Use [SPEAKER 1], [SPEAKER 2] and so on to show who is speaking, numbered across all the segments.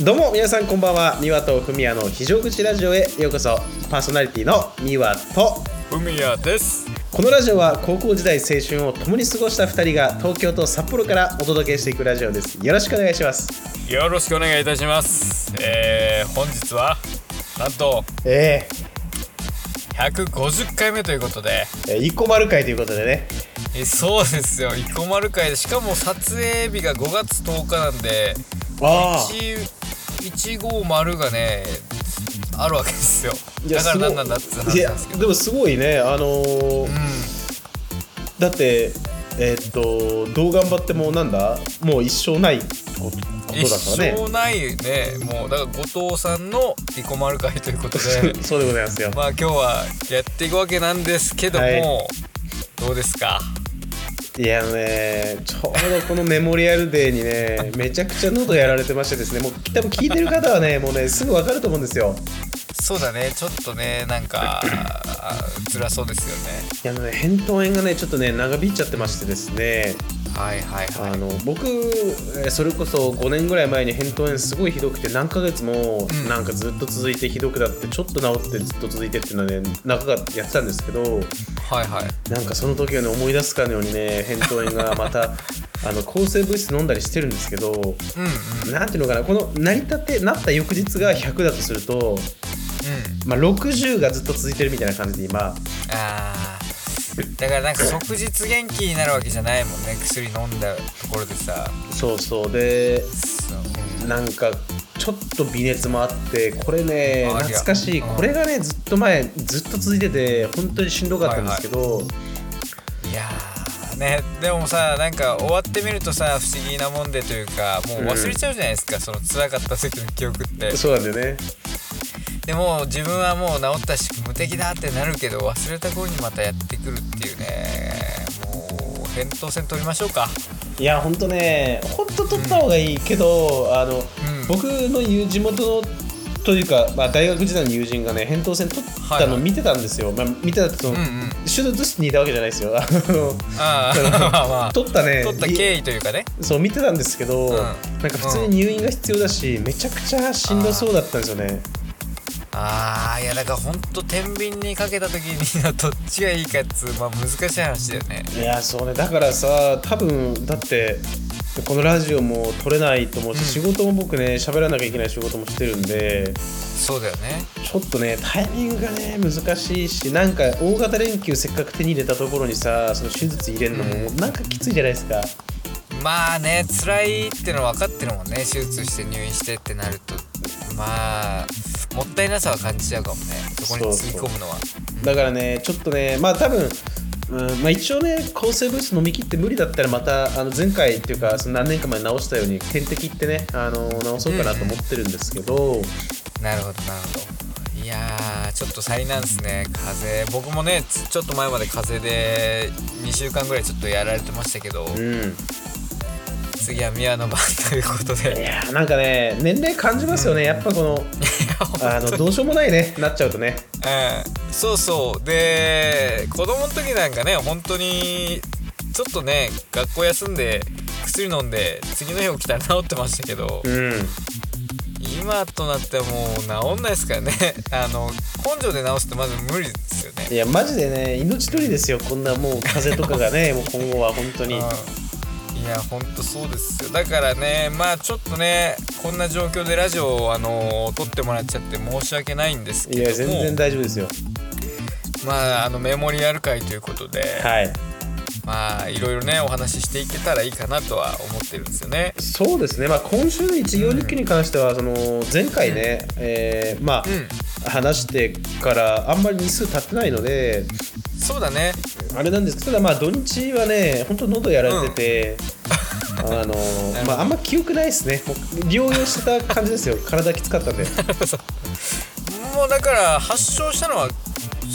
[SPEAKER 1] どうも皆さんこんばんはミワとフミヤの非常口ラジオへようこそパーソナリティのミワと
[SPEAKER 2] 海谷です
[SPEAKER 1] このラジオは高校時代青春を共に過ごした2人が東京と札幌からお届けしていくラジオですよろしくお願いします
[SPEAKER 2] よろしくお願いいたしますえー、本日はなんと
[SPEAKER 1] え
[SPEAKER 2] 150回目ということで
[SPEAKER 1] ええー、一個丸会ということでね
[SPEAKER 2] えそうですよ生駒丸会でしかも撮影日が5月10日なんで
[SPEAKER 1] あ
[SPEAKER 2] 1 150がねあるわけですよ
[SPEAKER 1] いや
[SPEAKER 2] だから
[SPEAKER 1] すご
[SPEAKER 2] なんなんだっつ
[SPEAKER 1] い
[SPEAKER 2] う話な
[SPEAKER 1] や
[SPEAKER 2] んですけど
[SPEAKER 1] でもすごいねあのー
[SPEAKER 2] う
[SPEAKER 1] だってえーっとどう頑張ってもなんだもう一生ないこと
[SPEAKER 2] ん
[SPEAKER 1] こと
[SPEAKER 2] 一
[SPEAKER 1] だからね
[SPEAKER 2] 生ないねもうだから後藤さんの生駒丸会というこ とで
[SPEAKER 1] そうでございますよ
[SPEAKER 2] まあ今日はやっていくわけなんですけども、
[SPEAKER 1] はい
[SPEAKER 2] どうですか
[SPEAKER 1] いやねちょうどこのメモリアルデーにねめちゃくちゃ喉やられてましてですねもう多分聞いてる方はねもうねすぐわかると思うんですよ
[SPEAKER 2] そうだねちょっとねなんかあ辛そうですよね
[SPEAKER 1] いやあのね扁桃炎がねちょっとね長引いちゃってましてですね
[SPEAKER 2] はいはいは
[SPEAKER 1] あ
[SPEAKER 2] い
[SPEAKER 1] の僕えーそれこそ5年ぐらい前に扁桃炎すごいひどくて何ヶ月も
[SPEAKER 2] うん
[SPEAKER 1] なんかずっと続いてひどくなってちょっと治ってずっと続いてっていうのはね長かやってたんですけど
[SPEAKER 2] はいはい
[SPEAKER 1] なんかその時をね思い出すかのようにね扁桃炎がまたあの抗生物質飲んだりしてるんですけど
[SPEAKER 2] うんうん
[SPEAKER 1] なんていうのかなこの成り立てなった翌日が100だとすると、
[SPEAKER 2] うん
[SPEAKER 1] まあ、60がずっと続いてるみたいな感じで今
[SPEAKER 2] あーだからなんか即日元気になるわけじゃないもんね薬飲んだところでさ
[SPEAKER 1] そうそうで
[SPEAKER 2] そう
[SPEAKER 1] なんかちょっと微熱もあってこれね
[SPEAKER 2] ありゃ
[SPEAKER 1] 懐かしい
[SPEAKER 2] うん
[SPEAKER 1] これがねずっと前ずっと続いてて本当にしんどかったんですけど、
[SPEAKER 2] いやーねでもさなんか終わってみるとさ不思議なもんでというかもう忘れちゃうじゃないですか、その辛かった時の記憶って
[SPEAKER 1] そうなんだよね
[SPEAKER 2] でも自分はもう治ったし無敵だってなるけど忘れた頃にまたやってくるっていうねもう扁桃腺取りましょうか
[SPEAKER 1] いや本当ね本当取った方がいいけど、あの、
[SPEAKER 2] ん
[SPEAKER 1] 僕の友地元のというか、まあ、大学時代の友人がね扁桃腺取ったの見てたんですよ、まあ、見てたってその、
[SPEAKER 2] うん うん
[SPEAKER 1] 手術室にいたわけじゃないですよあの
[SPEAKER 2] ああまあまあ
[SPEAKER 1] 取ったね
[SPEAKER 2] 取った経緯というかね
[SPEAKER 1] いそう見てたんですけど、
[SPEAKER 2] ん
[SPEAKER 1] なんか普通に入院が必要だし、めちゃくちゃしんどそうだったんですよね
[SPEAKER 2] ああいやだからほんと天秤にかけた時にどっちがいいかっつうまあ難しい話だよね
[SPEAKER 1] いやそうねだからさ多分だってこのラジオも撮れないと思うし、
[SPEAKER 2] う
[SPEAKER 1] 仕事も僕ね喋らなきゃいけない仕事もしてるんで
[SPEAKER 2] そうだよね
[SPEAKER 1] ちょっとねタイミングがね難しいしなんか大型連休せっかく手に入れたところにさその手術入れるのも、
[SPEAKER 2] う
[SPEAKER 1] なんかきついじゃないですか
[SPEAKER 2] まあね辛いってのは分かってるもんね手術して入院してってなるとまあもったいなさは感じちゃうかもねそこにつぎ込むのは
[SPEAKER 1] だからね、ちょっとね、まあ多分、うんまあ、一応ね、抗生物質飲み切って無理だったら、またあの前回っていうか、その何年か前に直したように、点滴ってね、あの直そうかなと思ってるんですけど、
[SPEAKER 2] なるほどなるほどいやーちょっと災難っすね風邪僕もねつちょっと前まで風邪で2週間ぐらいちょっとやられてましたけど、
[SPEAKER 1] うん、
[SPEAKER 2] 次は宮の番ということ
[SPEAKER 1] い
[SPEAKER 2] で
[SPEAKER 1] やーなんかね、年齢感じますよね、やっぱこの、あのどうしようもないね、なっちゃうとね。
[SPEAKER 2] うんそうそうで子供の時なんかね本当にちょっとね学校休んで薬飲んで次の日起きたら治ってましたけど、
[SPEAKER 1] うん、
[SPEAKER 2] 今となってはもう治んないですからね あの根性で治すってまず無理ですよね
[SPEAKER 1] いや、マジでね、命取りですよ、こんなもう風邪とかがね、もう今後は本当に。
[SPEAKER 2] うんいやほんとそうですよだからねまあちょっとねこんな状況でラジオを、あの撮ってもらっちゃって申し訳ないんですけ
[SPEAKER 1] い
[SPEAKER 2] ども
[SPEAKER 1] や、全然大丈夫ですよ。
[SPEAKER 2] まああのメモリアル会ということで、
[SPEAKER 1] はい。
[SPEAKER 2] まあいろいろねお話ししていけたらいいかなとは思ってるんですよね
[SPEAKER 1] そうですね、まあ、今週の一行日記に関しては、その前回ね、えーまあ
[SPEAKER 2] う
[SPEAKER 1] 話してからあんまり日数経ってないので、
[SPEAKER 2] そうだね
[SPEAKER 1] あれなんですけど、ただまあ、土日はね、本当、喉やられてて、あ の
[SPEAKER 2] なるほど
[SPEAKER 1] まあ、あんま記憶ないですね、もう療養してた感じ ですよ、体きつかったんで、
[SPEAKER 2] もうだから発症したのは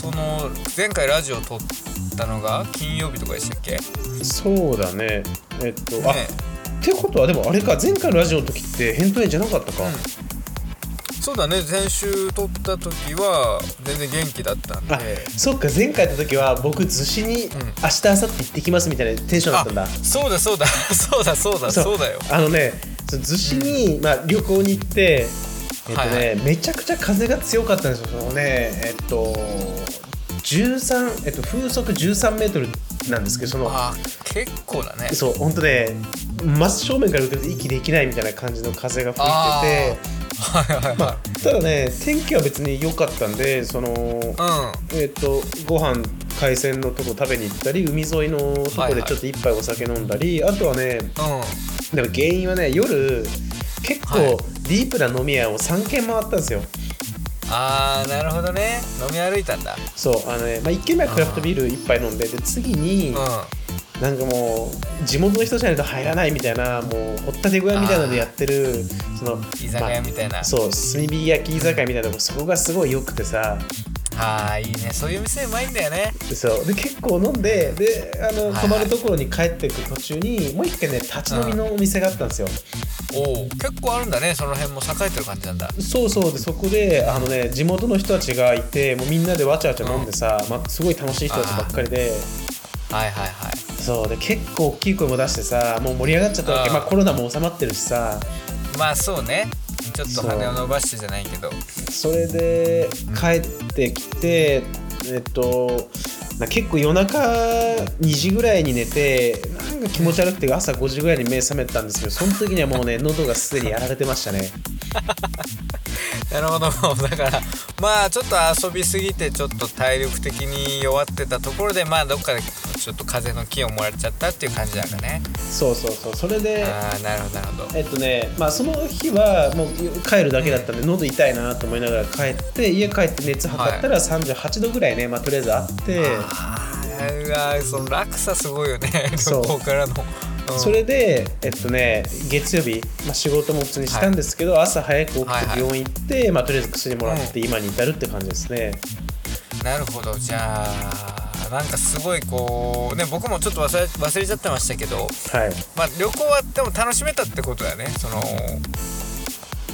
[SPEAKER 2] その前回ラジオ撮ったのが金曜日とかでしたっけ
[SPEAKER 1] そうだね、えっと、あ
[SPEAKER 2] ね
[SPEAKER 1] ってことは、でもあれか、前回のラジオの時って、扁桃炎じゃなかったか。
[SPEAKER 2] そうだね先週撮った時は全然元気だったんで
[SPEAKER 1] あそっか前回の時は僕逗子に明日明後日行ってきますみたいなテンションだったんだ
[SPEAKER 2] あそうだそうだそうだそうだそうだよ
[SPEAKER 1] あのねそう逗子に、まあ、旅行に行って、えっとね
[SPEAKER 2] はい
[SPEAKER 1] めちゃくちゃ風が強かったんですよそのねえっと13、えっと、風速13メートルなんですけどその
[SPEAKER 2] あー結構だね
[SPEAKER 1] そう本当ね真正面から受けると息できないみたいな感じの風が吹いてて
[SPEAKER 2] はいはい
[SPEAKER 1] まあ、ただね天気は別に良かったんでその、
[SPEAKER 2] はい
[SPEAKER 1] えっとご飯海鮮のとこ食べに行ったり海沿いのと
[SPEAKER 2] は
[SPEAKER 1] こ
[SPEAKER 2] いは
[SPEAKER 1] で
[SPEAKER 2] い
[SPEAKER 1] ちょっと一杯お酒飲んだり、あとはね
[SPEAKER 2] うんうん
[SPEAKER 1] でも原因はね夜結構
[SPEAKER 2] はい
[SPEAKER 1] ディープな飲み屋を3軒回ったんですよ
[SPEAKER 2] あーなるほどね飲み歩いたんだ
[SPEAKER 1] そうあのね、まあ、1軒目はクラフトビール1杯飲んでで次
[SPEAKER 2] う
[SPEAKER 1] に
[SPEAKER 2] んあ
[SPEAKER 1] なんかもう地元の人じゃないと入らないみたいなもうほったて小屋みたいなのでやってるその
[SPEAKER 2] 居酒屋みたいな
[SPEAKER 1] まあそう炭火焼き居酒屋みたいなとこそこがすごい良くてさ
[SPEAKER 2] あーいいねそういう店うまいんだよね
[SPEAKER 1] でそうで結構飲んでであ
[SPEAKER 2] はい
[SPEAKER 1] の
[SPEAKER 2] はい
[SPEAKER 1] 泊まるところに帰ってく途中にもう1軒ね立ち飲みのお店があったんですよ
[SPEAKER 2] おお結構あるんだねその辺も栄えてる感じなんだ
[SPEAKER 1] そうそうでそこであのね地元の人たちがいてもうみんなでわちゃわちゃ飲んでさ、まあ、すごい楽しい人たちばっかりで
[SPEAKER 2] はいはいはい
[SPEAKER 1] そうで結構大きい声も出してさもう盛り上がっちゃったわけ
[SPEAKER 2] あー
[SPEAKER 1] まあコロナも収まってるしさ
[SPEAKER 2] まあそうねちょっと羽を伸ばしてじゃないけど
[SPEAKER 1] それで帰ってきてえっとな結構夜中2時ぐらいに寝てなんか気持ち悪くて朝5時ぐらいに目覚めたんですけどその時にはもうね喉がすでにやられてましたね
[SPEAKER 2] なるほど だからまあちょっと遊びすぎてちょっと体力的に弱ってたところでまあどっかでちょっと風の気をもらっちゃったっていう感じなんかね
[SPEAKER 1] そうそうそうそれで
[SPEAKER 2] ああなるほどなるほど
[SPEAKER 1] えっとねまあ、その日はもう帰るだけだったんで、喉痛いなと思いながら帰って家帰って熱測ったら38度ぐらいね、まあ、とりあえずあって
[SPEAKER 2] あーうわーその落差すごいよね
[SPEAKER 1] そ
[SPEAKER 2] 旅
[SPEAKER 1] う
[SPEAKER 2] 行からの、うん
[SPEAKER 1] それで、えっとね、月曜日、まあ、仕事も普通にしたんですけど、朝早く起きて
[SPEAKER 2] はいはい
[SPEAKER 1] 病院行って、まあ、とりあえず薬もらって今に至るって感じですね、
[SPEAKER 2] なるほどじゃあなんかすごいこうね僕もちょっと忘れ忘れちゃってましたけど
[SPEAKER 1] はい
[SPEAKER 2] まあ旅行はでも楽しめたってことだよねその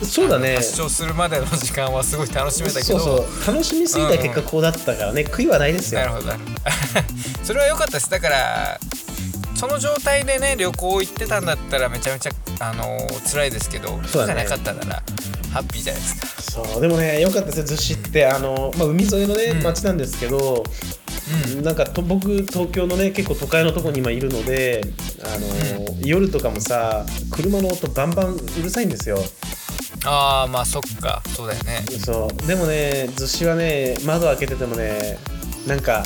[SPEAKER 1] そうだね
[SPEAKER 2] 発症するまでの時間はすごい楽しめたけ
[SPEAKER 1] そ
[SPEAKER 2] ど
[SPEAKER 1] うそう楽しみすぎた結果
[SPEAKER 2] うん
[SPEAKER 1] こうだったからね、悔いはないですよ
[SPEAKER 2] なるほどなる ほどそれは良かったですだからその状態でね旅行行ってたんだったらめちゃめちゃあのー辛いですけど
[SPEAKER 1] そうだね
[SPEAKER 2] じゃなかったならハッピーじゃないですか
[SPEAKER 1] そうでもねよかったですよ逗子ってあの、まあ、海沿いのね、
[SPEAKER 2] うん
[SPEAKER 1] 町なんですけど、なんかと僕東京のね結構都会のとこに今いるのであの、夜とかもさ車の音バンバンうるさいんですよ
[SPEAKER 2] ああまあそっかそうだよね
[SPEAKER 1] そうでもね逗子はね窓開けててもねなんか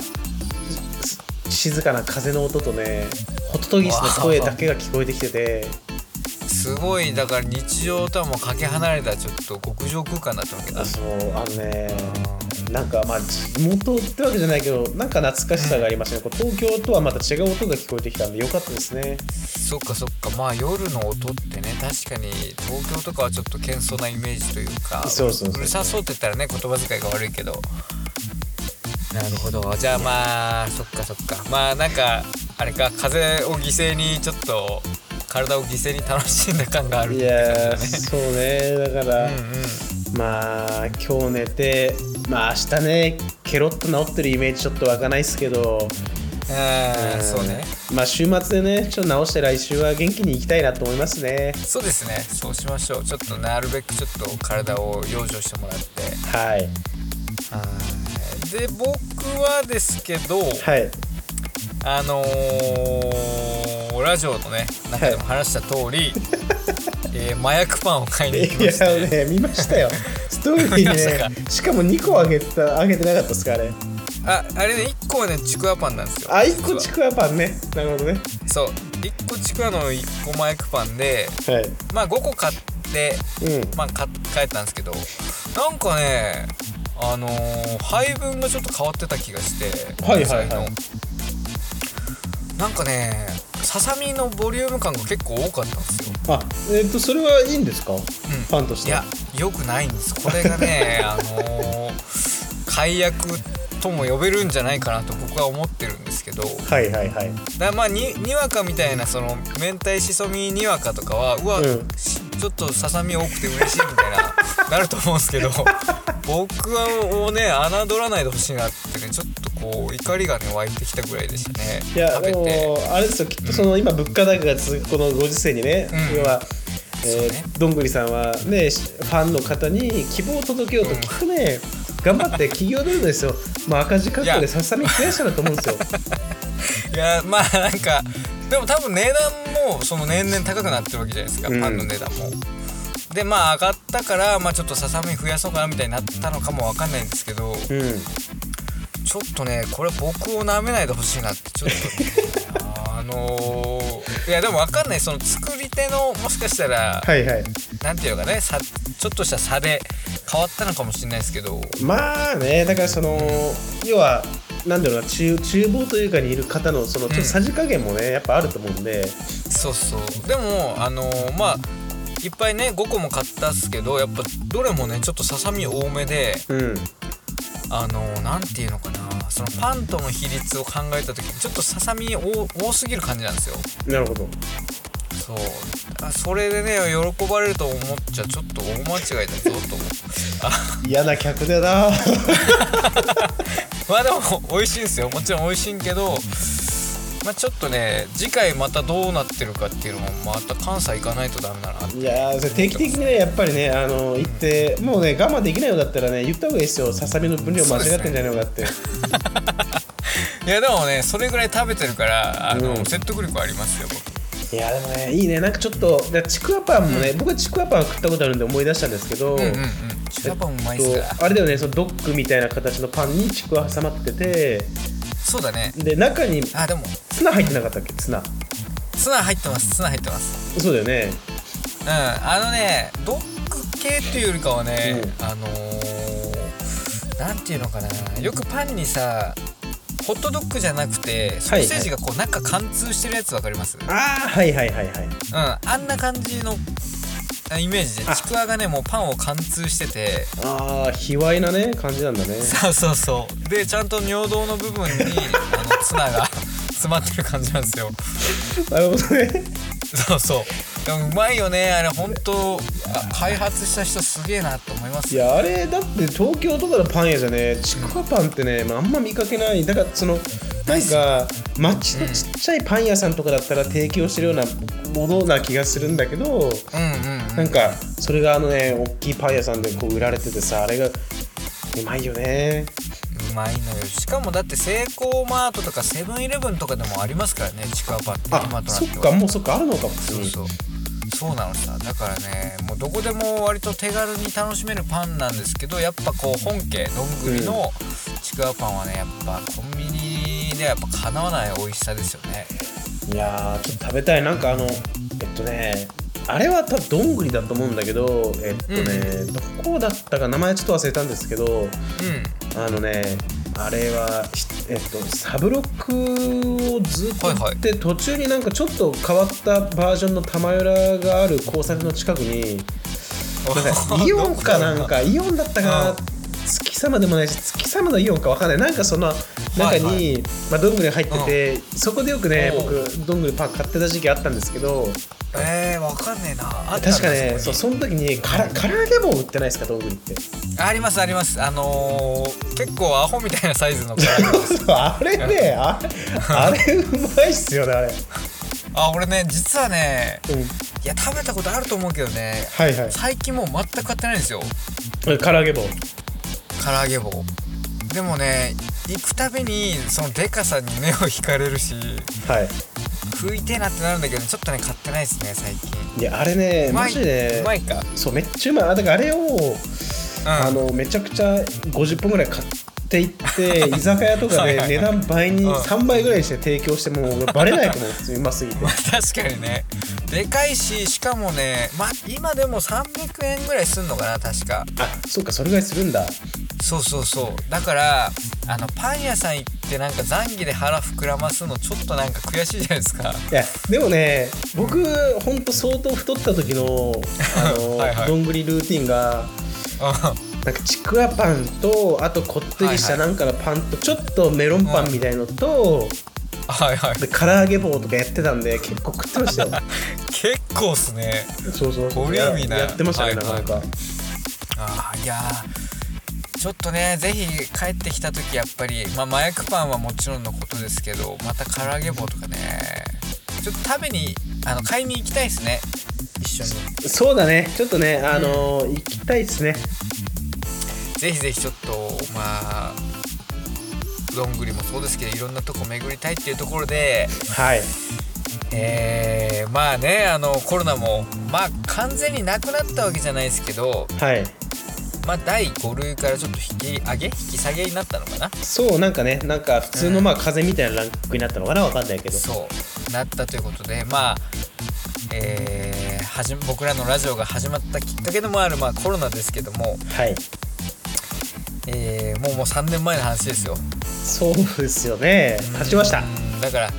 [SPEAKER 1] す静かな風の音とねホトトギスの声だけが聞こえてきてて
[SPEAKER 2] すごいだから日常とはもうかけ離れたちょっと極上空間だったわけだ
[SPEAKER 1] あそうあのねなんかまあ地元ってわけじゃないけどなんか懐かしさがありましたね、こう東京とはまた違う音が聞こえてきたんでよかったですね
[SPEAKER 2] そっかそっかまあ夜の音ってね確かに東京とかはちょっと喧騒なイメージというか
[SPEAKER 1] そうそうそう
[SPEAKER 2] るさそうって言ったらね言葉遣いが悪いけどなるほどじゃあまあそっかそっかまあなんかあれか風を犠牲にちょっと体を犠牲に楽しんだ感があるっ
[SPEAKER 1] い
[SPEAKER 2] て感
[SPEAKER 1] やー
[SPEAKER 2] じだね
[SPEAKER 1] そうねだか
[SPEAKER 2] う
[SPEAKER 1] ら、
[SPEAKER 2] んうん
[SPEAKER 1] まあ今日寝てまあ明日ねケロッと治ってるイメージちょっと湧かないですけど
[SPEAKER 2] あーそうね
[SPEAKER 1] まあ週末でねちょっと治して来週は元気に行きたいなと思いますね
[SPEAKER 2] そうですねそうしましょうちょっとなるべくちょっと体を養生してもらって
[SPEAKER 1] はい
[SPEAKER 2] はいで僕はですけど、
[SPEAKER 1] はい
[SPEAKER 2] あのー、ラジオのね中でも話した通り、えー麻薬パンを買いに行き
[SPEAKER 1] い
[SPEAKER 2] ま
[SPEAKER 1] や
[SPEAKER 2] した、ね、
[SPEAKER 1] ね見ました よストーリ
[SPEAKER 2] 見
[SPEAKER 1] ー
[SPEAKER 2] ま
[SPEAKER 1] に
[SPEAKER 2] した
[SPEAKER 1] ねしかも2個あげたあげてなかったですかあれ
[SPEAKER 2] ああれね1個はねちくわパンなんですよ
[SPEAKER 1] あ一個ち
[SPEAKER 2] 実は
[SPEAKER 1] くわパンねなるほどね
[SPEAKER 2] そう1個ちくわの1個麻薬パンで
[SPEAKER 1] はい
[SPEAKER 2] まあ5個買って
[SPEAKER 1] うん
[SPEAKER 2] まあ買帰ったんですけどなんかねあのー配分がちょっと変わってた気がして
[SPEAKER 1] はいはいはい
[SPEAKER 2] 野菜のなんかねささみのボリューム感が結構多かったんですよ
[SPEAKER 1] あえっ、とそれはいいんですか、パンとし
[SPEAKER 2] い
[SPEAKER 1] て
[SPEAKER 2] や良くないんですこれ がねあのー解約とも呼べるんじゃないかなと僕は思ってるんですけどだか
[SPEAKER 1] はいはいはい
[SPEAKER 2] らまあににわかみたいなその明太しそみにわかとかはうわ、
[SPEAKER 1] うん
[SPEAKER 2] しちょっとささみ多くて嬉しいみたいな なると思うんです けど僕はもうね侮らないでほしいなってねちょっとこう怒りがね湧いてきたぐらいでしたね
[SPEAKER 1] いや
[SPEAKER 2] 食べ
[SPEAKER 1] で
[SPEAKER 2] て
[SPEAKER 1] もあれですよきっとその、今物価高が続くこのご時世にね、
[SPEAKER 2] うん
[SPEAKER 1] 要は
[SPEAKER 2] そう
[SPEAKER 1] え
[SPEAKER 2] ね
[SPEAKER 1] ーどんぐりさんはねしファンの方に希望を届けようときっとね、頑張って企業努力ですよ、 まあ、赤字覚悟でささみ増やしたらと思うん ですよ
[SPEAKER 2] いやまあなんかでも多分値段もその年々高くなってるわけじゃないですか、
[SPEAKER 1] うん
[SPEAKER 2] パンの値段も。でまあ上がったから、まあ、ちょっとささみ増やそうかなみたいになったのかもわかんないんですけど
[SPEAKER 1] う
[SPEAKER 2] ちょっとねこれ僕を舐めないでほしいなってちょっとあのーいやでもわかんないその作り手のもしかしたら、
[SPEAKER 1] んはいはい
[SPEAKER 2] なんていうかねさちょっとした差で変わったのかもしれないですけど
[SPEAKER 1] まあねだからその要はなんだろうな厨厨房というかにいる方のそのちょっとさじ加減もね、やっぱあると思うんで
[SPEAKER 2] そうそうでもあのーまあいっぱいね5個も買ったっすけどやっぱどれもねちょっとささみ多めで
[SPEAKER 1] うん
[SPEAKER 2] あのーなんていうのかなそのパンとの比率を考えた時にちょっとささみ多多すぎる感じなんですよ
[SPEAKER 1] なるほど
[SPEAKER 2] そうあそれでね喜ばれると思っちゃちょっと大間違いだぞと思う
[SPEAKER 1] 嫌な客だな
[SPEAKER 2] まあでも美味しいんですよもちろん美味しいんけどまあちょっとね次回またどうなってるかっていうのもまた関西行かないとダメだなって
[SPEAKER 1] いやーそれ定期的にねやっぱりねあの行ってもうね我慢できないようだったらね言った方がいいですよささみの分量間違ってんじゃないのかって、
[SPEAKER 2] いやでもねそれぐらい食べてるからあの、
[SPEAKER 1] うん
[SPEAKER 2] 説得力ありますよ僕
[SPEAKER 1] いやでもねいいねなんかちょっとだからちくわパンもね、僕はちくわパン食ったことあるんで思い出したんですけど、
[SPEAKER 2] うんうんうんやっぱうまいっすから、
[SPEAKER 1] とあれだよねそのドッグみたいな形のパンにちくわ挟まってて
[SPEAKER 2] そうだね
[SPEAKER 1] で中に
[SPEAKER 2] あでも
[SPEAKER 1] ツナ入ってなかったっけツナ
[SPEAKER 2] ツナ入ってますツナ入ってます
[SPEAKER 1] そうだよね
[SPEAKER 2] うんあのねドッグ系っていうよりかはね、あのー、なんていうのかなよくパンにさホットドッグじゃなくてソーセージがこう中貫通してるやつわかります、
[SPEAKER 1] ああはいはいはいはい
[SPEAKER 2] うんあんな感じのあイメージで
[SPEAKER 1] あ
[SPEAKER 2] ちくわがねもうパンを貫通してて
[SPEAKER 1] ああ卑猥なね感じなんだね
[SPEAKER 2] そうそうそうでちゃんと尿道の部分にあのツナが 詰まってる感じなんですよ
[SPEAKER 1] なるほどね
[SPEAKER 2] そうそうでもうまいよねあれ本当あ開発した人すげえなと思いま
[SPEAKER 1] い
[SPEAKER 2] すよ
[SPEAKER 1] やあれだって東京とかのパン屋じゃねちくわパンってね、まあ、あんま見かけないだからそのなんか町のちっちゃいパン屋さんとかだったら提供してるようなものな気がするんだけど
[SPEAKER 2] うんうんうん
[SPEAKER 1] なんかそれがあのね大きいパン屋さんでこう売られててさあれがうまいよね
[SPEAKER 2] うまいのよしかもだってセイコーマートとかセブンイレブンとかでもありますからねちくわパンって
[SPEAKER 1] あ
[SPEAKER 2] 今とな
[SPEAKER 1] そ
[SPEAKER 2] っ
[SPEAKER 1] ってか
[SPEAKER 2] は
[SPEAKER 1] もうそっかあるのかも
[SPEAKER 2] そう
[SPEAKER 1] う
[SPEAKER 2] そうそうなのさだからねもうどこでも割と手軽に楽しめるパンなんですけどやっぱこう本家どんぐりのちくわパンはねやっぱコンビニではやっぱかなわない美味しさですよね
[SPEAKER 1] んいやーちょっと食べたいなんかあのえっとねあれは多分どんぐりだと思うんだけどえっとね、どこだったか名前ちょっと忘れたんですけど
[SPEAKER 2] うん
[SPEAKER 1] あのねあれは、ひえっと、サブロックをずっと
[SPEAKER 2] はい
[SPEAKER 1] 行
[SPEAKER 2] はい
[SPEAKER 1] って、途中になんかちょっと変わったバージョンの玉浦がある交差点の近くに なんかイオンかなんかイオンだったか
[SPEAKER 2] う
[SPEAKER 1] なん月様でもないし月様のイオンかわかんないなんかその中に、
[SPEAKER 2] はいは
[SPEAKER 1] まあ、どんぐり入ってて、そこでよくね
[SPEAKER 2] おう
[SPEAKER 1] 僕どんぐりパン買ってた時期あったんですけど
[SPEAKER 2] えー、わかんねえなあったんだ
[SPEAKER 1] 確かねそう
[SPEAKER 2] そ
[SPEAKER 1] そ
[SPEAKER 2] こ
[SPEAKER 1] の時にから唐揚げ棒売ってないですかどんぐりっ て
[SPEAKER 2] にありますありますあのー、結構アホみたいなサイズ の唐揚げ
[SPEAKER 1] あれねあれあれうまいっすよねあれ、
[SPEAKER 2] あ俺ね実はね
[SPEAKER 1] うん、
[SPEAKER 2] いや食べたことあると思うけどね
[SPEAKER 1] はいはい
[SPEAKER 2] 最近もう全く買ってないんですよ
[SPEAKER 1] 唐揚げ棒
[SPEAKER 2] 唐揚げ棒でもね行くたびにそのデカさに目を引かれるし
[SPEAKER 1] はい
[SPEAKER 2] 食いてえなってなるんだけどちょっとね買ってないですね最近
[SPEAKER 1] いやあれね
[SPEAKER 2] うま
[SPEAKER 1] マ
[SPEAKER 2] い
[SPEAKER 1] ジで
[SPEAKER 2] うまいか
[SPEAKER 1] そうめっちゃうまいあだからあれを、
[SPEAKER 2] うん
[SPEAKER 1] あのめちゃくちゃ50本ぐらい買っていって 居酒屋とか
[SPEAKER 2] はい
[SPEAKER 1] で
[SPEAKER 2] はい
[SPEAKER 1] 値段倍に
[SPEAKER 2] うん
[SPEAKER 1] 3倍ぐらいにして提供してもうバレないと思う普 通にうますぎて
[SPEAKER 2] まあ 確かにねでかいししかもねまあ今でも300円ぐらいすんのかな確か
[SPEAKER 1] あそうかそれぐらいするんだ
[SPEAKER 2] そうそうそうだからあのパン屋さん行ってなんか残儀で腹膨らますのちょっとなんか悔しいじゃないですか
[SPEAKER 1] いやでもね僕ほんと相当太った時のあの
[SPEAKER 2] はいはい
[SPEAKER 1] どんぐりルーティンが
[SPEAKER 2] う
[SPEAKER 1] なんかちくわパンとあとこってりしたなんかのパンとちょっとメロンパンみたいのと、
[SPEAKER 2] んはいはい
[SPEAKER 1] で唐揚げ棒とかやってたんで結構食ってましたよ
[SPEAKER 2] 結構っすね
[SPEAKER 1] そうそうそう
[SPEAKER 2] ボリューミーな
[SPEAKER 1] ややってましたね、
[SPEAKER 2] はいはい
[SPEAKER 1] なかなか
[SPEAKER 2] あーいやーちょっとねぜひ帰ってきた時やっぱり、まあ、麻薬パンはもちろんのことですけどまた唐揚げ棒とかねちょっと食べにあの買いに行きたいですね一緒に
[SPEAKER 1] そうだねちょっとねあの行きたいですね
[SPEAKER 2] ぜひぜひちょっとまあどんぐりもそうですけどいろんなとこ巡りたいっていうところで
[SPEAKER 1] はい
[SPEAKER 2] えー、まあねあのコロナもまあ完全になくなったわけじゃないですけど
[SPEAKER 1] はい
[SPEAKER 2] まあ第5類からちょっと引き上げ引き下げになったのかな
[SPEAKER 1] そうなんかねなんか普通のまあ風邪みたいなランクになったのかなわかんないけど
[SPEAKER 2] そうなったということでまあえー、はじ僕らのラジオが始まったきっかけでもある、まあ、コロナですけども、
[SPEAKER 1] はい
[SPEAKER 2] えーもうもう3年前の話ですよ
[SPEAKER 1] そうですよね勝ちました
[SPEAKER 2] うんだから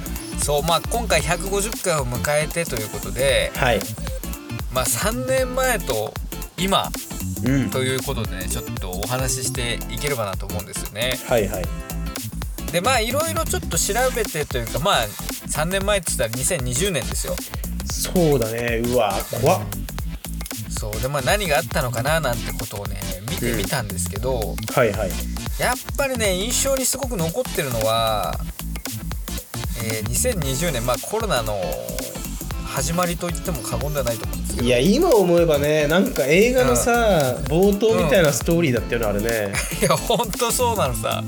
[SPEAKER 2] そうまあ今回150回を迎えてということで、
[SPEAKER 1] はい
[SPEAKER 2] まあ、3年前と今
[SPEAKER 1] うん
[SPEAKER 2] ということでねちょっとお話ししていければなと思うんですよね。
[SPEAKER 1] はいはい
[SPEAKER 2] でまあいろいろちょっと調べてというかまあ3年前って言ったら2020年ですよ。
[SPEAKER 1] そうだねうわ怖っ
[SPEAKER 2] そうでまあ何があったのかななんてことをね見てみたんですけど、
[SPEAKER 1] はいはい
[SPEAKER 2] やっぱりね印象にすごく残ってるのは、えー2020年まあコロナの始まりと言っても過言ではないと思うんですけど
[SPEAKER 1] いや今思えばねなんか映画のさ冒頭みたいなストーリーだったよねあれね
[SPEAKER 2] いやほんとそうなのさ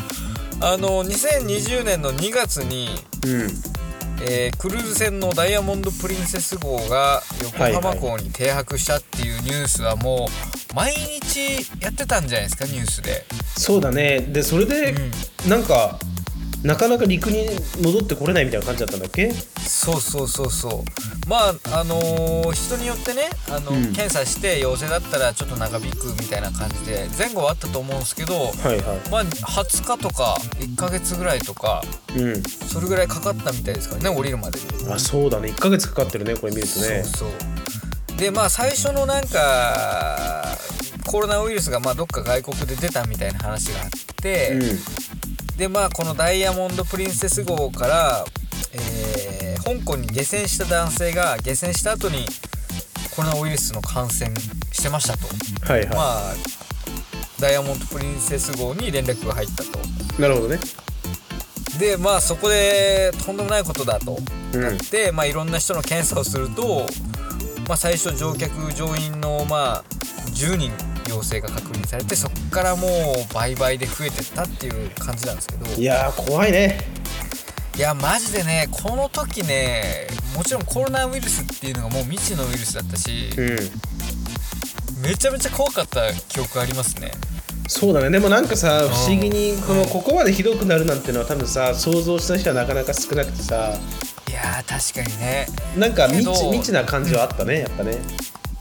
[SPEAKER 2] あの2020年の2月に、
[SPEAKER 1] うん
[SPEAKER 2] えークルーズ船のダイヤモンド・プリンセス号が横浜港に停泊したっていうニュースはもう毎日やってたんじゃないですかニュースで、
[SPEAKER 1] そうだねでそれでなんかなかなか陸に戻ってこれないみたいな感じだったんだっけ
[SPEAKER 2] そうそうそうそうまああのー人によってねあの、
[SPEAKER 1] うん
[SPEAKER 2] 検査して陽性だったらちょっと長引くみたいな感じで前後はあったと思うんですけど
[SPEAKER 1] はいは
[SPEAKER 2] まあ20日とか1ヶ月ぐらいとか
[SPEAKER 1] いうん
[SPEAKER 2] それぐらいかかったみたいですからね降りるまでに。
[SPEAKER 1] あそうだね1ヶ月かかってるねこれ見るとね
[SPEAKER 2] そうそうでまあ最初のなんかコロナウイルスがまあどっか外国で出たみたいな話があって、でまあこのダイヤモンド・プリンセス号から、えー香港に下船した男性が下船した後にコロナウイルスの感染してましたと、
[SPEAKER 1] うんはい
[SPEAKER 2] ま
[SPEAKER 1] は
[SPEAKER 2] あダイヤモンド・プリンセス号に連絡が入ったと
[SPEAKER 1] いなるほどね
[SPEAKER 2] でまあそこでとんでもないことだと
[SPEAKER 1] うん
[SPEAKER 2] で、まあ、いろんな人の検査をすると、まあ、最初乗客乗員の、まあ、10人陽性が確認されてそこからもう倍々で増えてったっていう感じなんですけど
[SPEAKER 1] い
[SPEAKER 2] い
[SPEAKER 1] やー怖いね
[SPEAKER 2] やマジでねこの時ねもちろんコロナウイルスっていうのがもう未知のウイルスだったし
[SPEAKER 1] うん
[SPEAKER 2] めちゃめちゃ怖かった記憶ありますね
[SPEAKER 1] そうだねでもなんかさ
[SPEAKER 2] ん
[SPEAKER 1] 不思議にこのここまでひどくなるなんてのは多分さ想像した人はなかなか少なくてさ
[SPEAKER 2] いやー確かにね
[SPEAKER 1] なんか未
[SPEAKER 2] けど
[SPEAKER 1] 知未知な感じはあったねやっぱね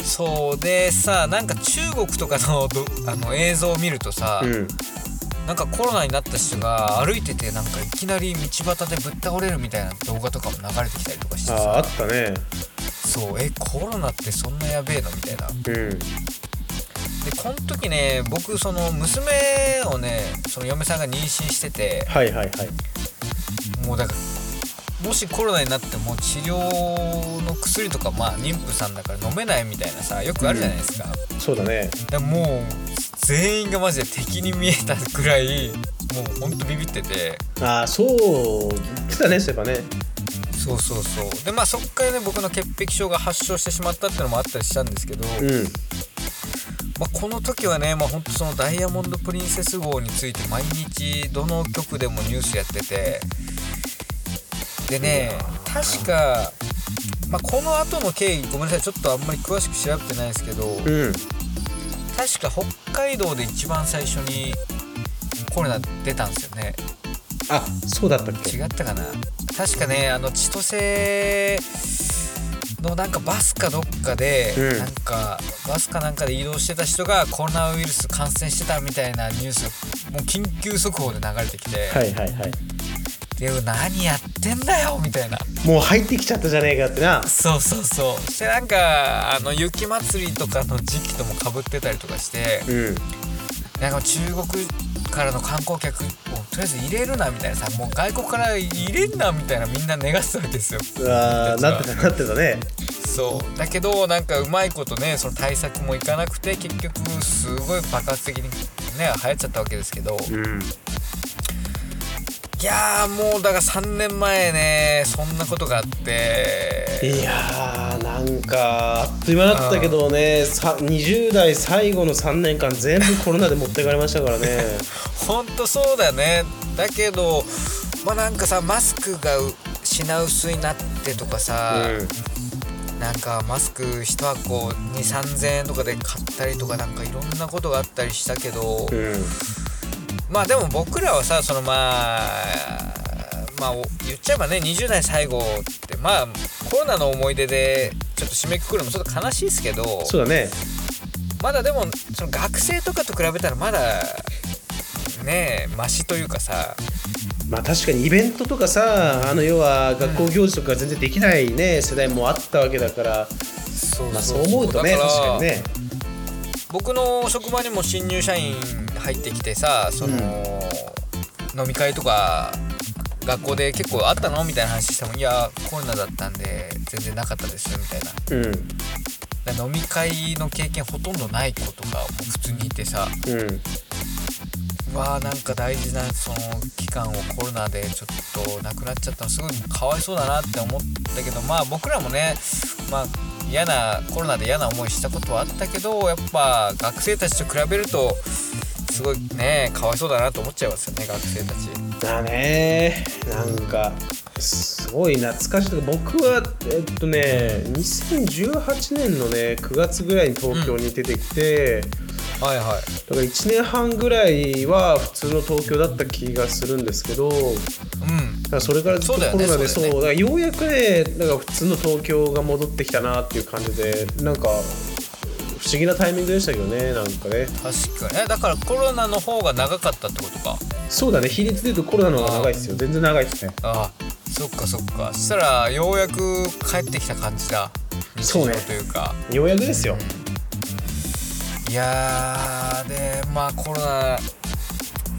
[SPEAKER 2] そうでさなんか中国とかのどあの映像を見るとさ、
[SPEAKER 1] うん
[SPEAKER 2] なんかコロナになった人が歩いててなんかいきなり道端でぶっ倒れるみたいな動画とかも流れてきたりとかして
[SPEAKER 1] あ
[SPEAKER 2] さ
[SPEAKER 1] ああったね
[SPEAKER 2] そうえコロナってそんなやべえのみたいなで
[SPEAKER 1] うん
[SPEAKER 2] この時ね僕その娘をねその嫁さんが妊娠してて
[SPEAKER 1] はいはいはい
[SPEAKER 2] もうだからもしコロナになっても治療の薬とかまあ妊婦さんだから飲めないみたいなさよくあるじゃないですか、
[SPEAKER 1] そうだね
[SPEAKER 2] でもう全員がマジで敵に見えたぐらいもうほんとビビってて
[SPEAKER 1] ああそう言ってたねそういえばね
[SPEAKER 2] そうそうそうでまあそっからね僕の潔癖症が発症してしまったってのもあったりしたんですけど、
[SPEAKER 1] うん
[SPEAKER 2] まあ、この時はね、まあ、ほんとそのダイヤモンド・プリンセス号について毎日どの局でもニュースやっててでね確か、まあ、この後の経緯ごめんなさいちょっとあんまり詳しく調べてないですけど
[SPEAKER 1] うん
[SPEAKER 2] 確か北海道で一番最初にコロナ出たんですよね
[SPEAKER 1] あそうだったっけ
[SPEAKER 2] 違ったかな確かねあの千歳のなんかバスかどっかで、
[SPEAKER 1] うん
[SPEAKER 2] なんかバスかなんかで移動してた人がコロナウイルス感染してたみたいなニュースがもう緊急速報で流れてきて「
[SPEAKER 1] はいはいはい
[SPEAKER 2] で何やってんだよ」みたいな
[SPEAKER 1] もう入ってきちゃったじゃねえかってな
[SPEAKER 2] そうそうそうそしてなんかあの雪祭りとかの時期ともかぶってたりとかして
[SPEAKER 1] うん
[SPEAKER 2] なんか中国からの観光客をとりあえず入れるなみたいなさもう外国から入れんなみたいなみんな願ってたわけですよ
[SPEAKER 1] あーなってたなってたね
[SPEAKER 2] そうだけどなんかうまいことねその対策もいかなくて結局すごい爆発的にね流行っちゃったわけですけど
[SPEAKER 1] うん
[SPEAKER 2] いやーもうだから3年前ねそんなことがあって
[SPEAKER 1] いやーなんかあっという間だったけどねさ20代最後の3年間全部コロナで持ってかれましたから ね
[SPEAKER 2] ほんとそうだねだけどまあなんかさマスクがう品薄になってとかさ、なんかマスク1箱23000円とかで買ったりとかなんかいろんなことがあったりしたけど、
[SPEAKER 1] うんうん
[SPEAKER 2] まあでも僕らはさそのまあまあお言っちゃえばね20代最後ってまあコロナの思い出でちょっと締めくくるのもちょっと悲しいですけど
[SPEAKER 1] そうだね
[SPEAKER 2] まだでもその学生とかと比べたらまだねえマシというかさ
[SPEAKER 1] まあ確かにイベントとかさあの要は学校行事とか全然できないね世代もあったわけだから、
[SPEAKER 2] そ
[SPEAKER 1] まあ、そう思うとね
[SPEAKER 2] だら
[SPEAKER 1] 確かにね
[SPEAKER 2] 僕の職場にも新入社員入ってきてさその、
[SPEAKER 1] うん
[SPEAKER 2] 飲み会とか学校で結構あったのみたいな話しても「いやコロナだったんで全然なかったです」みたいな
[SPEAKER 1] うん
[SPEAKER 2] だから飲み会の経験ほとんどない子とかも普通にいてさ
[SPEAKER 1] うん
[SPEAKER 2] うわあなんか大事なその期間をコロナでちょっとなくなっちゃったのすごいかわいそうだなって思ったけどまあ僕らもねまあ嫌なコロナで嫌な思いしたことはあったけどやっぱ学生たちと比べるとすごいねかわいそうだなと思っちゃいますよね学生たち。
[SPEAKER 1] だねなんかすごい懐かしいとか僕はえっとね2018年のね9月ぐらいに東京に出てきて、
[SPEAKER 2] はいはい。
[SPEAKER 1] だから1年半ぐらいは普通の東京だった気がするんですけどだ
[SPEAKER 2] うん。
[SPEAKER 1] からそれからずっと
[SPEAKER 2] そうだよ
[SPEAKER 1] コ
[SPEAKER 2] ね
[SPEAKER 1] ロナでそ
[SPEAKER 2] そううだよね
[SPEAKER 1] だからようやくねなんか普通の東京が戻ってきたなっていう感じでなんか不思議なタイミングでしたけどねなんかね
[SPEAKER 2] 確かにねだからコロナの方が長かったってことか
[SPEAKER 1] そうだね比率で言うとコロナの方が長いですよ全然長いですね
[SPEAKER 2] ああそっかそっかそしたらようやく帰ってきた感じだ日
[SPEAKER 1] そう
[SPEAKER 2] 常
[SPEAKER 1] ね
[SPEAKER 2] というか
[SPEAKER 1] ようやくですよ、
[SPEAKER 2] いやーでまあコロナ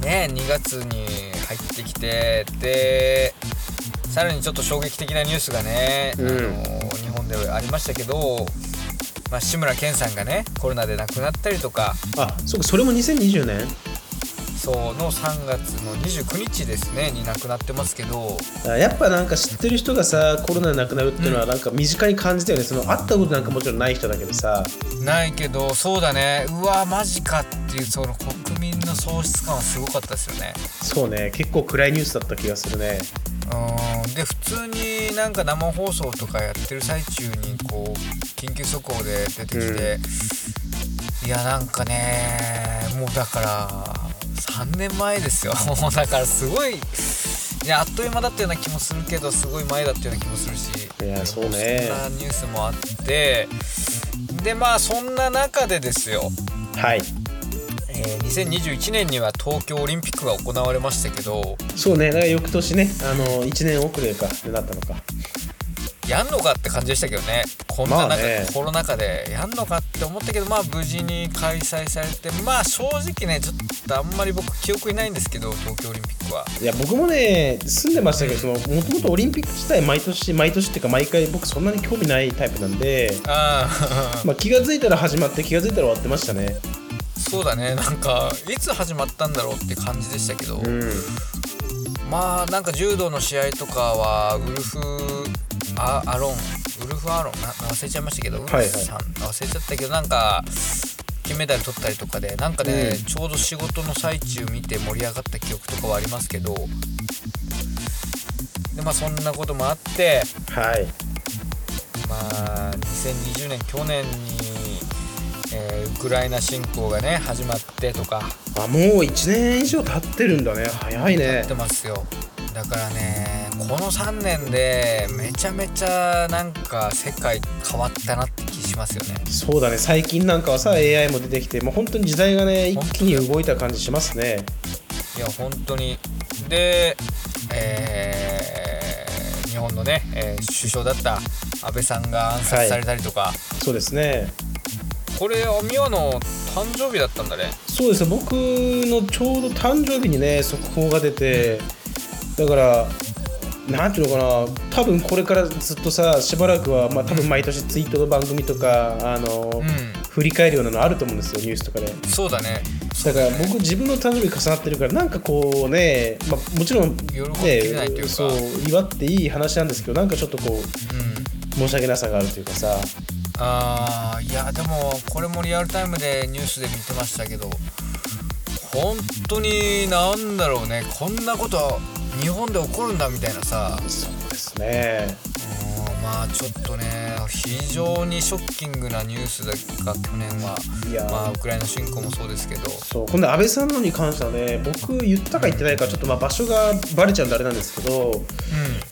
[SPEAKER 2] ね2月に入ってきてでさらにちょっと衝撃的なニュースがね、
[SPEAKER 1] うん
[SPEAKER 2] あの日本ではありましたけど、まあ、志村けんさんがねコロナで亡くなったりとか
[SPEAKER 1] あそうかそれも2020年
[SPEAKER 2] そうの3月の29日ですねに亡くなってますけど
[SPEAKER 1] あやっぱなんか知ってる人がさコロナで亡くなるっていうのはなんか身近に感じたよね、その会ったことなんかもちろんない人だけどさ
[SPEAKER 2] ないけどそうだねうわマジかっていうその国民の喪失感はすごかったですよね
[SPEAKER 1] そうね結構暗いニュースだった気がするね
[SPEAKER 2] うんで普通になんか生放送とかやってる最中にこう緊急速報で出てきて、いやなんかねもうだから3年前ですよ もうだからすごいいやあっという間だったような気もするけどすごい前だったような気もするし
[SPEAKER 1] いやそうね
[SPEAKER 2] そんなニュースもあってでまあそんな中でですよ
[SPEAKER 1] はい
[SPEAKER 2] えー2021年には東京オリンピックが行われましたけど
[SPEAKER 1] そうねだから翌年ねあの1年遅れかってなったのか
[SPEAKER 2] やんのかって感じでしたけどねこんな中、
[SPEAKER 1] まあね
[SPEAKER 2] コロナ禍でやんのかって思ったけどまあ無事に開催されてまあ正直ねちょっとあんまり僕記憶にないんですけど東京オリンピックは。
[SPEAKER 1] いや僕もね住んでましたけどもともとオリンピック自体毎年毎年っていうか毎回僕そんなに興味ないタイプなんで、
[SPEAKER 2] ああ
[SPEAKER 1] まあ、気が付いたら始まって気が付いたら終わってましたね
[SPEAKER 2] そうだねなんかいつ始まったんだろうって感じでしたけど、
[SPEAKER 1] うん
[SPEAKER 2] まあなんか柔道の試合とかはウルフアアロンウルフアロンな忘れちゃいましたけどウル
[SPEAKER 1] はいはい
[SPEAKER 2] フさん、忘れちゃったけどなんか金メダル取ったりとかでなんかね、
[SPEAKER 1] うん
[SPEAKER 2] ちょうど仕事の最中見て盛り上がった記憶とかはありますけどでまあそんなこともあって
[SPEAKER 1] はい
[SPEAKER 2] まあ2020年去年に、えーウクライナ侵攻がね始まってとか
[SPEAKER 1] あもう1年以上経ってるんだね早い
[SPEAKER 2] や
[SPEAKER 1] ね
[SPEAKER 2] ってますよだからねこの3年でめちゃめちゃなんか世界変わったなって気しますよね
[SPEAKER 1] そうだね最近なんかはさ AI も出てきてもう本当に時代がね一気に動いた感じしますね
[SPEAKER 2] いや本当にでえー日本のね、えー首相だった安倍さんが暗殺されたりとか、
[SPEAKER 1] そうですね
[SPEAKER 2] これあ美和の誕生日だったんだね
[SPEAKER 1] そうですね僕のちょうど誕生日にね速報が出てだからなんていうのかな多分これからずっとさしばらくは、まあ、多分毎年ツイートの番組とかあの、
[SPEAKER 2] う
[SPEAKER 1] 振り返るようなのあると思うんですよニュースとかで
[SPEAKER 2] んそうだね
[SPEAKER 1] だから僕自分の誕生日重なってるからなんかこうね、まあ、もちろん、ね、
[SPEAKER 2] 喜びきれないというか
[SPEAKER 1] そう祝っていい話なんですけどなんかちょっとこう
[SPEAKER 2] うん
[SPEAKER 1] 申し訳なさがあるというかさ
[SPEAKER 2] あーいやでもこれもリアルタイムでニュースで見てましたけど本当になんだろうねこんなこと日本で起こるんだみたいなさ
[SPEAKER 1] そうですね
[SPEAKER 2] うんまあちょっとね非常にショッキングなニュースだが去年はい
[SPEAKER 1] やー
[SPEAKER 2] まあウクライナ侵攻もそうですけど
[SPEAKER 1] そう今度安倍さんのに関してはね僕言ったか言ってないかちょっとまあ場所がバレちゃうんであれなんですけど
[SPEAKER 2] う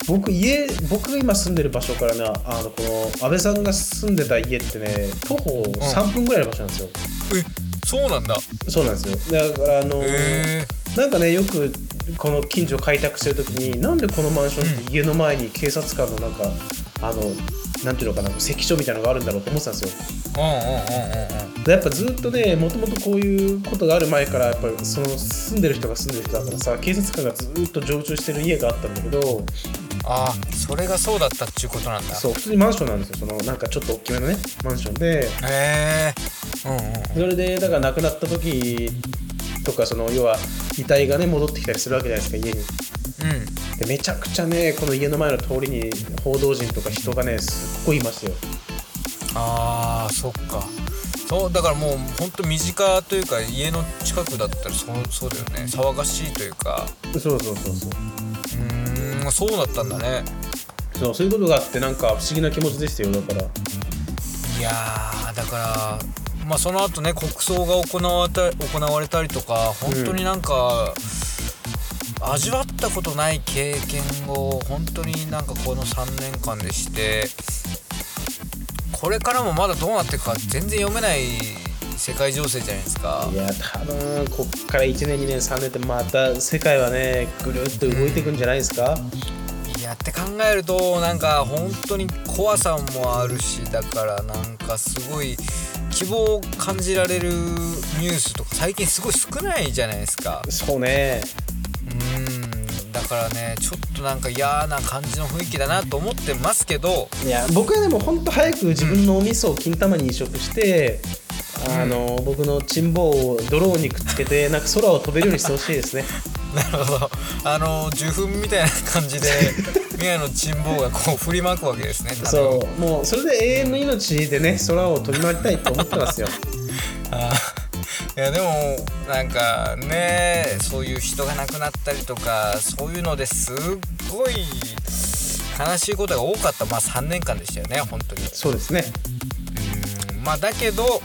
[SPEAKER 1] 僕家僕が今住んでる場所からねあのこの安倍さんが住んでた家ってね徒歩3分ぐらいの場所なんですよ、
[SPEAKER 2] んえそうなんだ
[SPEAKER 1] そうなんですよだからあの、
[SPEAKER 2] へえ
[SPEAKER 1] なんかねよくこの近所を開拓してる時になんでこのマンションって家の前に警察官のなんか、あのなんていうのかな関所みたいなのがあるんだろうと思ってたんですよ
[SPEAKER 2] うんうんうんうんうん
[SPEAKER 1] でやっぱずっとねもともとこういうことがある前からやっぱりその住んでる人が住んでる人だからさ警察官がずっと常駐してる家があったんだけど
[SPEAKER 2] あーそれがそうだったっちゅうことなんだ
[SPEAKER 1] そう普通にマンションなんですよそのなんかちょっと大きめのねマンションで
[SPEAKER 2] へえうんうんうん
[SPEAKER 1] それでだから亡くなった時とかその要は遺体がね戻ってきたりするわけじゃないですか家に
[SPEAKER 2] うん
[SPEAKER 1] でめちゃくちゃねこの家の前の通りに報道陣とか人がねすっごいいましたよ
[SPEAKER 2] あーそっかそうだからもうほんと身近というか家の近くだったらそうそうだよね騒がしいというか
[SPEAKER 1] そうそうそうそう
[SPEAKER 2] うーんそうだったんだね
[SPEAKER 1] そうそういうことがあってなんか不思議な気持ちでしたよだから
[SPEAKER 2] いやーだからまあその後ね国葬が行われた行われたりとか本当になんか、味わったことない経験を本当になんかこの3年間でしてこれからもまだどうなっていくか全然読めない世界情勢じゃないですか。
[SPEAKER 1] いや多分こっから1年2年3年ってまた世界はねぐるっと動いていくんじゃないですか
[SPEAKER 2] いやって考えるとなんか本当に怖さもあるしだからなんかすごい希望を感じられるニュースとか最近すごい少ないじゃないですか
[SPEAKER 1] そうね
[SPEAKER 2] うーんだからねちょっとなんか嫌な感じの雰囲気だなと思ってますけど
[SPEAKER 1] いや僕はでも本当早く自分のお味噌を金玉に移植して、あの僕のチンボをドローンにくっつけてなんか空を飛べるようにしてほしいです ね
[SPEAKER 2] なるほどあの受粉みたいな 感じで宮野珍坊がこう振りまくわけですね
[SPEAKER 1] そうもうそれで永遠の命でね空を飛び回りたいと思ってますよ
[SPEAKER 2] あー いやでもなんかねそういう人が亡くなったりとかそういうのですっごい悲しいことが多かったまあ3年間でしたよね本当に
[SPEAKER 1] そうですね
[SPEAKER 2] うんまあだけど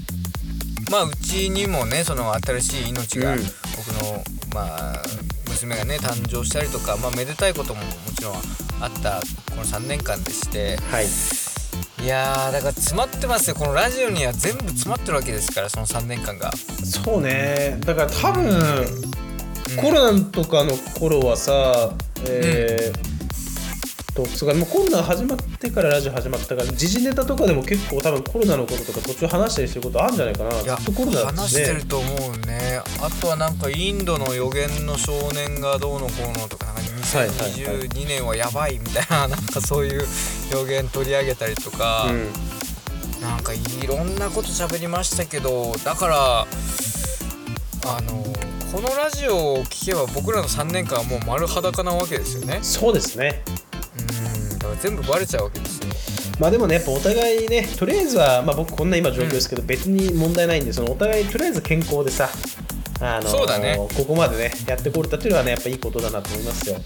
[SPEAKER 2] まあうちにもねその新しい命が
[SPEAKER 1] うん
[SPEAKER 2] 僕の、まあ娘がね誕生したりとかまあめでたいことももちろんあったこの3年間でして
[SPEAKER 1] はい
[SPEAKER 2] いやーだから詰まってますよこのラジオには全部詰まってるわけですからその3年間が。
[SPEAKER 1] そうねだから多分、
[SPEAKER 2] うん
[SPEAKER 1] コロナとかの頃はさえーとそうかもうコロナ始まってからラジオ始まったから時事ネタとかでも結構多分コロナのこととか途中話したりしてることあるんじゃないかない
[SPEAKER 2] や
[SPEAKER 1] ずっとコロナだった
[SPEAKER 2] 話
[SPEAKER 1] し
[SPEAKER 2] して
[SPEAKER 1] ね
[SPEAKER 2] ると思うねあとはなんかインドの予言の少年がどうのこうのとかなんか
[SPEAKER 1] はいはいはい
[SPEAKER 2] 2022年はやばいみたいななんかそういう予言取り上げたりとか、
[SPEAKER 1] うん
[SPEAKER 2] なんかいろんなこと喋りましたけどだからあのこのラジオを聞けば僕らの3年間はもう丸裸なわけですよね
[SPEAKER 1] そうですね
[SPEAKER 2] うんだから全部バレちゃうわけですよ
[SPEAKER 1] まあでもねやっぱお互いねとりあえずは、まあ、僕こんな今状況ですけど、別に問題ないんでそのお互いとりあえず健康でさあの
[SPEAKER 2] そうだね
[SPEAKER 1] ここまでねやってこれたっていうのはねやっぱいいことだなと思いますよ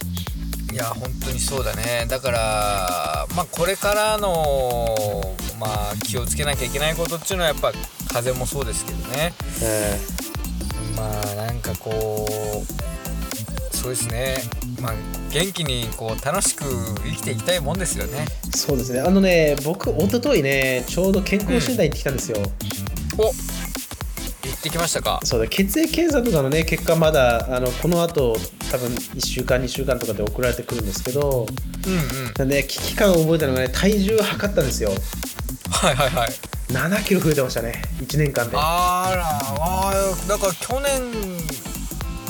[SPEAKER 2] いや本当にそうだねだからまあこれからのまあ気をつけなきゃいけないことっていうのはやっぱ風邪もそうですけどね
[SPEAKER 1] うん
[SPEAKER 2] まあなんかこうそうですねまあ元気にこう楽しく生きていきたいもんですよね
[SPEAKER 1] そうですねあのね僕一昨日ねちょうど健康診断行ってきたんですよ、
[SPEAKER 2] お行ってきましたか
[SPEAKER 1] そうだ血液検査とかのね結果まだあのこの後多分1週間2週間とかで送られてくるんですけど
[SPEAKER 2] うんうん
[SPEAKER 1] なんで危機感を覚えたのがね体重測ったんですよ
[SPEAKER 2] はいはいはい
[SPEAKER 1] 7キロ増えてましたね1年間で
[SPEAKER 2] あらあーだから去年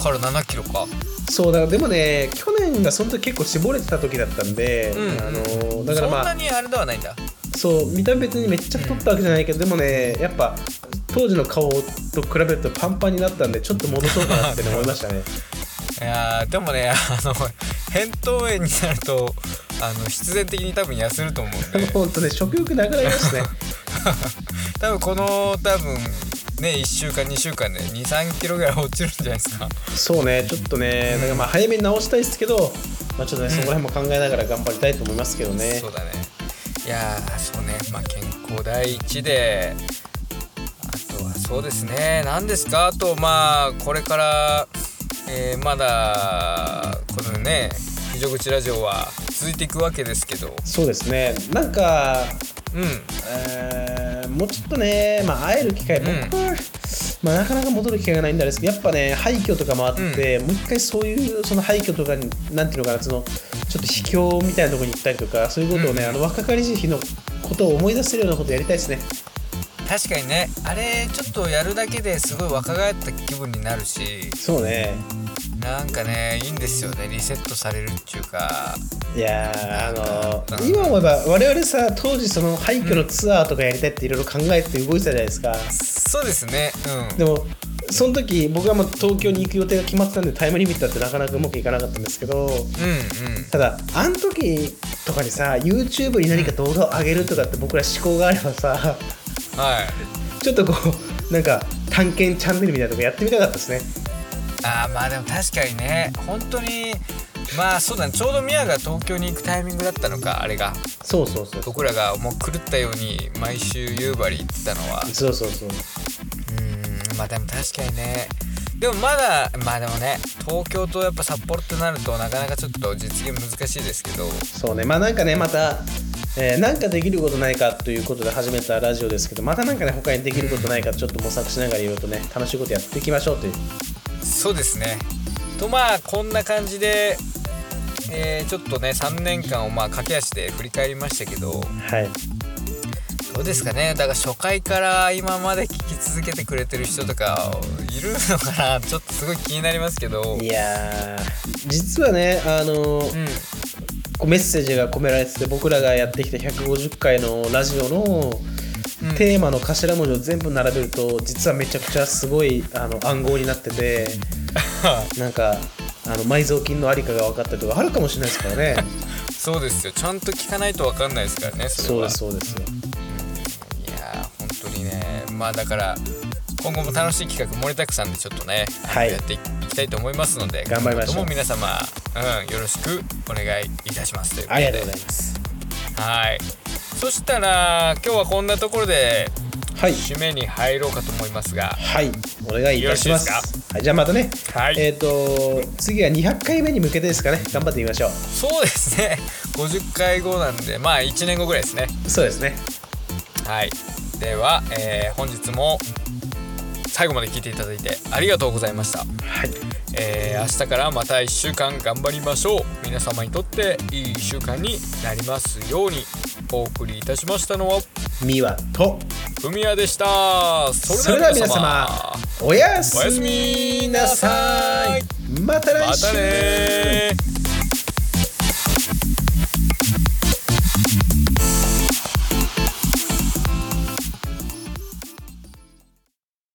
[SPEAKER 2] から7キロか
[SPEAKER 1] そうだでもね去年がその時結構絞れてた時だったんで、
[SPEAKER 2] うんうん
[SPEAKER 1] あのだからまあ
[SPEAKER 2] そんなにあれではないんだ
[SPEAKER 1] そう見た目別にめっちゃ太ったわけじゃないけど、でもねやっぱ当時の顔と比べるとパンパンになったんでちょっと戻そうかなってね思いましたね
[SPEAKER 2] いやーでもねあの扁桃炎になるとあの必然的に多分痩せると思うん で
[SPEAKER 1] 本当ね食欲なくなりますね
[SPEAKER 2] 多分この多分ね1週間2週間で2 3キロぐらい落ちるんじゃないですか
[SPEAKER 1] そうねちょっとねだからまあ早めに直したいですけど、まあ、ちょっとね、そこら辺も考えながら頑張りたいと思いますけどね
[SPEAKER 2] そうだねいやーそうねまあ健康第一であとはそうですね何ですかあとまあこれから、えーまだこのね非常口ラジオは続いていくわけですけど
[SPEAKER 1] そうですねなんか
[SPEAKER 2] うん
[SPEAKER 1] えーもうちょっとね、まあ、会える機会、
[SPEAKER 2] うん
[SPEAKER 1] 僕は、まあ、なかなか戻る機会がないんであれですけど、やっぱね、廃墟とかもあって、もう一回そういうその廃墟とかに、なんていうのかな、そのちょっと秘境みたいなところに行ったりとか、そういうことをね、
[SPEAKER 2] うん
[SPEAKER 1] あの若かりし日のことを思い出せるようなことやりたいですね。
[SPEAKER 2] 確かにねあれちょっとやるだけですごい若返った気分になるし
[SPEAKER 1] そうね、
[SPEAKER 2] なんかねいいんですよねリセットされるっていうか
[SPEAKER 1] いやー、あの
[SPEAKER 2] うん
[SPEAKER 1] 今思えば、我々さ、当時、その廃墟のツアーとかやりたいっていろいろ考えて動いてたじゃないですか。
[SPEAKER 2] そうですねうん
[SPEAKER 1] でもその時僕はもう東京に行く予定が決まってたんでタイムリミットだってなかなかうまくいかなかったんですけど
[SPEAKER 2] うん
[SPEAKER 1] ただあの時とかにさ YouTube に何か動画を上げるとかって僕ら思考があればさ
[SPEAKER 2] うんはい
[SPEAKER 1] ちょっとこうなんか探検チャンネルみたいなとこやってみたかったですね
[SPEAKER 2] あーまあでも確かにね本当にまあそうだねちょうどミヤが東京に行くタイミングだったのかあれが
[SPEAKER 1] そうそうそうそう
[SPEAKER 2] 僕らがもう狂ったように毎週夕張行ってたのは
[SPEAKER 1] そうそうそう
[SPEAKER 2] うんまあでも確かにねでもまだまあでもね東京とやっぱ札幌ってなるとなかなかちょっと実現難しいですけど
[SPEAKER 1] そうねまあなんかねまた、えーなんかできることないかということで始めたラジオですけどまたなんかね他にできることないかちょっと模索しながらいろいろとね楽しいことやっていきましょうという
[SPEAKER 2] そうですねとまあこんな感じで、えーちょっとね3年間をまあ駆け足で振り返りましたけど
[SPEAKER 1] はい
[SPEAKER 2] どうですかねだから初回から今まで聞き続けてくれてる人とかいるのかなちょっとすごい気になりますけど
[SPEAKER 1] いやー実はねあのー
[SPEAKER 2] うん
[SPEAKER 1] こうメッセージが込められてて僕らがやってきた150回のラジオの
[SPEAKER 2] うん
[SPEAKER 1] テーマの頭文字を全部並べると実はめちゃくちゃすごいあの暗号になっててなんかあの埋蔵金のありかが分かったりとかあるかもしれないですからね
[SPEAKER 2] そうですよちゃんと聞かないと分かんないですからね そ
[SPEAKER 1] そう
[SPEAKER 2] れ
[SPEAKER 1] で
[SPEAKER 2] は
[SPEAKER 1] すそうですよ
[SPEAKER 2] いやー本当にねまあだから今後も楽しい企画盛りだくさんでちょっとね、あの
[SPEAKER 1] はい
[SPEAKER 2] やっていきたいと思いますので
[SPEAKER 1] 頑張りましょう
[SPEAKER 2] 今後とも皆様、うん、よろしくお願いいたしますということ
[SPEAKER 1] あり
[SPEAKER 2] で
[SPEAKER 1] がとうございます
[SPEAKER 2] はいそしたら今日はこんなところで
[SPEAKER 1] はい
[SPEAKER 2] 締めに入ろうかと思いますが
[SPEAKER 1] はいお願いいたします
[SPEAKER 2] よろしいで
[SPEAKER 1] はいじゃあまたね、
[SPEAKER 2] はい
[SPEAKER 1] えっ、と次は200回目に向けてですかね頑張ってみましょう
[SPEAKER 2] そうですね50回後なんでまあ1年後ぐらいですね
[SPEAKER 1] そうですね
[SPEAKER 2] はいでは、えー本日も最後まで聞いていただいてありがとうございました、
[SPEAKER 1] はい
[SPEAKER 2] えー明日からまた1週間頑張りましょう皆様にとっていい1週間になりますようにお送りいたしましたのは
[SPEAKER 1] ミワと
[SPEAKER 2] ふみやでした
[SPEAKER 1] それでは皆様おやすみなさいまた
[SPEAKER 2] ま
[SPEAKER 1] 来週
[SPEAKER 2] たねー